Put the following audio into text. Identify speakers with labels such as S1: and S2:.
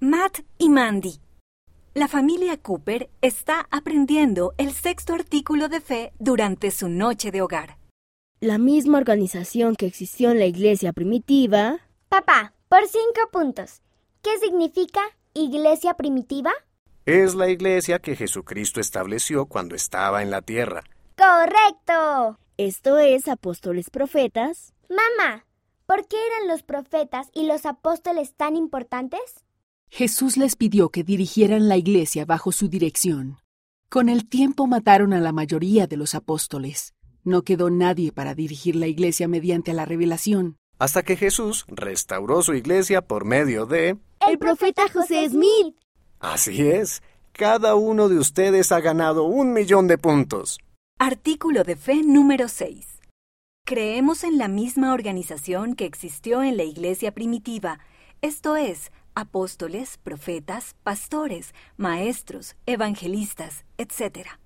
S1: Matt y Mandy. La familia Cooper está aprendiendo el sexto artículo de fe durante su noche de hogar.
S2: La misma organización que existió en la iglesia primitiva.
S3: Papá, por cinco puntos. ¿Qué significa iglesia primitiva?
S4: Es la iglesia que Jesucristo estableció cuando estaba en la tierra.
S3: ¡Correcto!
S2: Esto es apóstoles profetas.
S3: Mamá, ¿por qué eran los profetas y los apóstoles tan importantes?
S5: Jesús les pidió que dirigieran la iglesia bajo su dirección. Con el tiempo mataron a la mayoría de los apóstoles. No quedó nadie para dirigir la iglesia mediante la revelación.
S4: Hasta que Jesús restauró su iglesia por medio de...
S3: El profeta José Smith.
S4: Así es. Cada uno de ustedes ha ganado un millón de puntos.
S1: Artículo de fe número 6. Creemos en la misma organización que existió en la iglesia primitiva, esto es, apóstoles, profetas, pastores, maestros, evangelistas, etc.